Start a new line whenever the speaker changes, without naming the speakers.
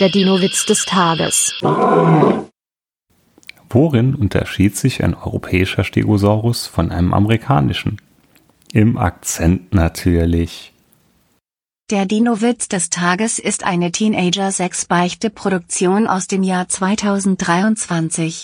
Der Dino-Witz des Tages.
Worin unterschied sich ein europäischer Stegosaurus von einem amerikanischen? Im Akzent natürlich.
Der Dino-Witz des Tages ist eine Teenager-6-Beichte-Produktion aus dem Jahr 2023.